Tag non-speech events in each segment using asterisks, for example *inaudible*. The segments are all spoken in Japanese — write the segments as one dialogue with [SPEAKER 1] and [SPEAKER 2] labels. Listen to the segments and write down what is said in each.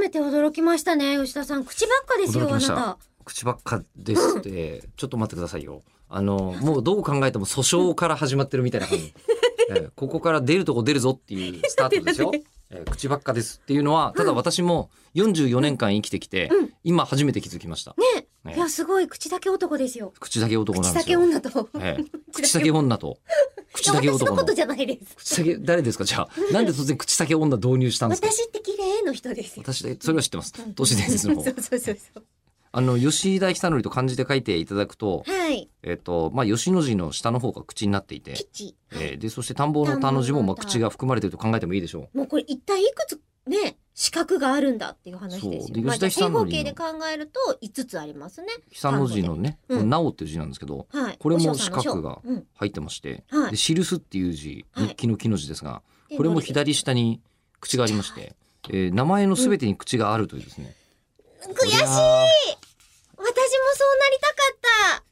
[SPEAKER 1] めて驚きましたね、吉田さん。口ばっかですよ、あ
[SPEAKER 2] 驚きま
[SPEAKER 1] な
[SPEAKER 2] した
[SPEAKER 1] た。
[SPEAKER 2] 口ばっかですって、ちょっと待ってくださいよ。あの、もうどう考えても訴訟から始まってるみたいな
[SPEAKER 1] *laughs*
[SPEAKER 2] 感じ。えーここから出るとこ出るぞっていうスタートですよ。えー口ばっかですっていうのは、ただ私も44年間生きてきて、今初めて気づきました。
[SPEAKER 1] ね
[SPEAKER 2] ね
[SPEAKER 1] いや、すごい、口だけ男ですよ。
[SPEAKER 2] 口だけ男な
[SPEAKER 1] 口
[SPEAKER 2] んで
[SPEAKER 1] だ
[SPEAKER 2] す
[SPEAKER 1] け
[SPEAKER 2] よ。
[SPEAKER 1] 女と。
[SPEAKER 2] えー口だけ女と。口
[SPEAKER 1] *laughs*
[SPEAKER 2] だ
[SPEAKER 1] い
[SPEAKER 2] け
[SPEAKER 1] や私
[SPEAKER 2] 男
[SPEAKER 1] のこ
[SPEAKER 2] の
[SPEAKER 1] と。じゃないです。
[SPEAKER 2] 口だけ、誰ですかじゃ
[SPEAKER 1] *laughs*
[SPEAKER 2] あ。なんで突然口だけ女導入したんですか
[SPEAKER 1] 私って綺麗の人ですよ。
[SPEAKER 2] 私で、それは知ってます
[SPEAKER 1] うん。
[SPEAKER 2] 都市伝説の
[SPEAKER 1] *laughs* そ
[SPEAKER 2] 方
[SPEAKER 1] う。そうそうそう。
[SPEAKER 2] あの、吉田久則と漢字で書いていただくと、
[SPEAKER 1] はい。
[SPEAKER 2] えっ、と、まあ、吉の字の下の方が口になっていて、
[SPEAKER 1] 吉。
[SPEAKER 2] えーで、そして田んぼの田の字も、ま
[SPEAKER 1] 田んぼの
[SPEAKER 2] あ、
[SPEAKER 1] 田
[SPEAKER 2] 口が含まれていると考えてもいいでしょ
[SPEAKER 1] もうこれ一体いくつね、資格があるんだっていう話
[SPEAKER 2] そう
[SPEAKER 1] です
[SPEAKER 2] で
[SPEAKER 1] よ。まあ、
[SPEAKER 2] 吉
[SPEAKER 1] 正
[SPEAKER 2] 田久則
[SPEAKER 1] 方
[SPEAKER 2] の
[SPEAKER 1] 形で考えると5つありますね
[SPEAKER 2] う。。久の字のね、
[SPEAKER 1] 田んぼでう
[SPEAKER 2] この
[SPEAKER 1] ん
[SPEAKER 2] なおっていう字なんですけど、
[SPEAKER 1] はい。
[SPEAKER 2] これも
[SPEAKER 1] 和尚さんの
[SPEAKER 2] 四角が
[SPEAKER 1] 章うん
[SPEAKER 2] 入ってまして、
[SPEAKER 1] はい
[SPEAKER 2] で、記すっていう字、
[SPEAKER 1] はい
[SPEAKER 2] 日記の木の字ですが、これも左下に口がありまして、えー名前のすべてに口があるというですね。
[SPEAKER 1] 悔しい
[SPEAKER 2] こりゃ
[SPEAKER 1] 私もそうな
[SPEAKER 2] ー
[SPEAKER 1] りたかった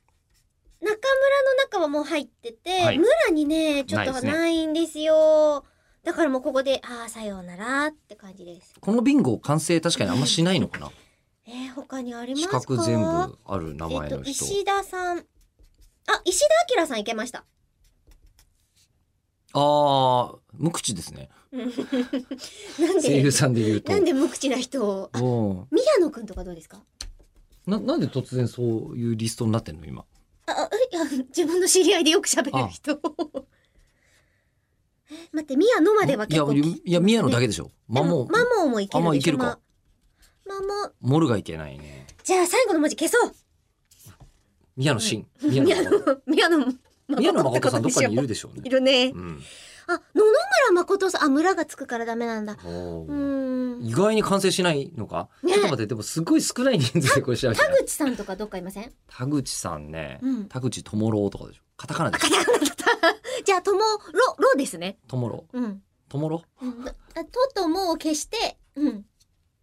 [SPEAKER 1] 中村の中はもう入ってて、
[SPEAKER 2] はい
[SPEAKER 1] 村にね、ちょっ
[SPEAKER 2] ないで
[SPEAKER 1] と
[SPEAKER 2] すね
[SPEAKER 1] ないんですよ。だからもうここで、ああ、さようならって感じです。
[SPEAKER 2] このビンゴ完成確かにあんましないのかな
[SPEAKER 1] えー、他にあります
[SPEAKER 2] 四
[SPEAKER 1] か
[SPEAKER 2] 角全部ある名前
[SPEAKER 1] えっ
[SPEAKER 2] の
[SPEAKER 1] と、
[SPEAKER 2] 人。
[SPEAKER 1] 石田さん。あ、石田明さんいけました。
[SPEAKER 2] ああ、無口ですね。
[SPEAKER 1] うん *laughs* なん
[SPEAKER 2] 声優
[SPEAKER 1] で、
[SPEAKER 2] さんで言うと
[SPEAKER 1] なん。で無口な人を。あ
[SPEAKER 2] うん
[SPEAKER 1] 宮野くんとかどうですか
[SPEAKER 2] な、なんで突然そういうリストになってんの今。
[SPEAKER 1] あ、あいや、自分の知り合いでよく喋る人。 *laughs* え待って、宮野までは結構
[SPEAKER 2] い
[SPEAKER 1] き。
[SPEAKER 2] や、いや、宮野だけでしょ。
[SPEAKER 1] で
[SPEAKER 2] マ
[SPEAKER 1] も
[SPEAKER 2] モ、
[SPEAKER 1] マモもいける
[SPEAKER 2] あまあ
[SPEAKER 1] で
[SPEAKER 2] い
[SPEAKER 1] し
[SPEAKER 2] け
[SPEAKER 1] ょ。
[SPEAKER 2] るか
[SPEAKER 1] まマモ。
[SPEAKER 2] モルがいけないね。
[SPEAKER 1] じゃあ最後の文字消そう。
[SPEAKER 2] 宮野真。宮野
[SPEAKER 1] 宮野
[SPEAKER 2] 真琴。、
[SPEAKER 1] 宮野も。
[SPEAKER 2] 宮野真琴さんどっかにいるでしょう
[SPEAKER 1] い
[SPEAKER 2] ね。
[SPEAKER 1] るね
[SPEAKER 2] う。ん。
[SPEAKER 1] あ、野々村誠さん。あ、村がつくからダメなんだ。
[SPEAKER 2] お
[SPEAKER 1] う
[SPEAKER 2] ー
[SPEAKER 1] ーん。
[SPEAKER 2] 意外に完成しないのかち
[SPEAKER 1] ね
[SPEAKER 2] ょっと待って、でもすごい少ない人数でこれ調べて
[SPEAKER 1] 田
[SPEAKER 2] ない。
[SPEAKER 1] 口さんとかどっかいません
[SPEAKER 2] 田口さんね
[SPEAKER 1] うん。
[SPEAKER 2] 田口智郎とかでしょ。カタカナで
[SPEAKER 1] あ、
[SPEAKER 2] しょ
[SPEAKER 1] カ。タカナだった。 *laughs* じゃあ、とも、ろ、ろですね。
[SPEAKER 2] 智郎。
[SPEAKER 1] うん。
[SPEAKER 2] 智郎
[SPEAKER 1] うんあとともを消して、うん。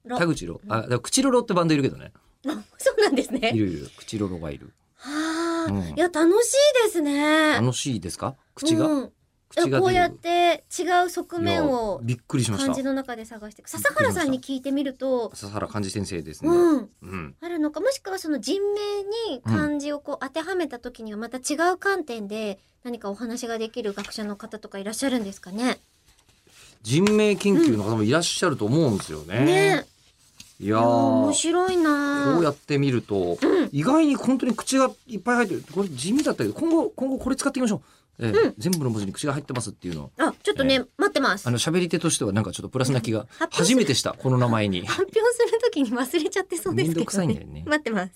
[SPEAKER 1] ろ
[SPEAKER 2] 田。口郎。あ、だから口ロロってバンドいるけどね。
[SPEAKER 1] あそうなんです
[SPEAKER 2] い
[SPEAKER 1] ね。
[SPEAKER 2] るいる。口ロロがいる。
[SPEAKER 1] はあ、
[SPEAKER 2] うん
[SPEAKER 1] いや、楽しいですね。
[SPEAKER 2] 楽しいですか口が、
[SPEAKER 1] うん
[SPEAKER 2] 口が
[SPEAKER 1] こ
[SPEAKER 2] 出
[SPEAKER 1] う
[SPEAKER 2] る
[SPEAKER 1] やって違う側面を
[SPEAKER 2] いやびっくりしまし
[SPEAKER 1] 漢
[SPEAKER 2] た
[SPEAKER 1] 字の中で探して笹原さんに聞いてみると、
[SPEAKER 2] 笹原漢字先生ですね、
[SPEAKER 1] うん、
[SPEAKER 2] うん
[SPEAKER 1] あるのかもしくはその人名に漢字をこう当てはめた時にはまた違う観点で何かお話ができる学者の方とかいらっしゃるんですかね。
[SPEAKER 2] 人命研究の方もいらっしゃると思うんですよね。
[SPEAKER 1] ねえ、
[SPEAKER 2] いや
[SPEAKER 1] いや面
[SPEAKER 2] ー
[SPEAKER 1] 白いな
[SPEAKER 2] こう
[SPEAKER 1] あ
[SPEAKER 2] やってみると、意外に本当に口がいっぱい入ってる。これ地味だったけど、今後、今後これ使っていきましょう。えー全部の文字に口が入ってますっていうの。
[SPEAKER 1] あ、ちょっとね、
[SPEAKER 2] え
[SPEAKER 1] 待ってます *laughs*
[SPEAKER 2] あ。の、喋り手としてはなんかちょっとプラスな気が
[SPEAKER 1] 発表する
[SPEAKER 2] 初めてした、この名前に。
[SPEAKER 1] 発表するときに忘れちゃってそうですけど、ね。
[SPEAKER 2] めんどくさいんだよね
[SPEAKER 1] 待ってます。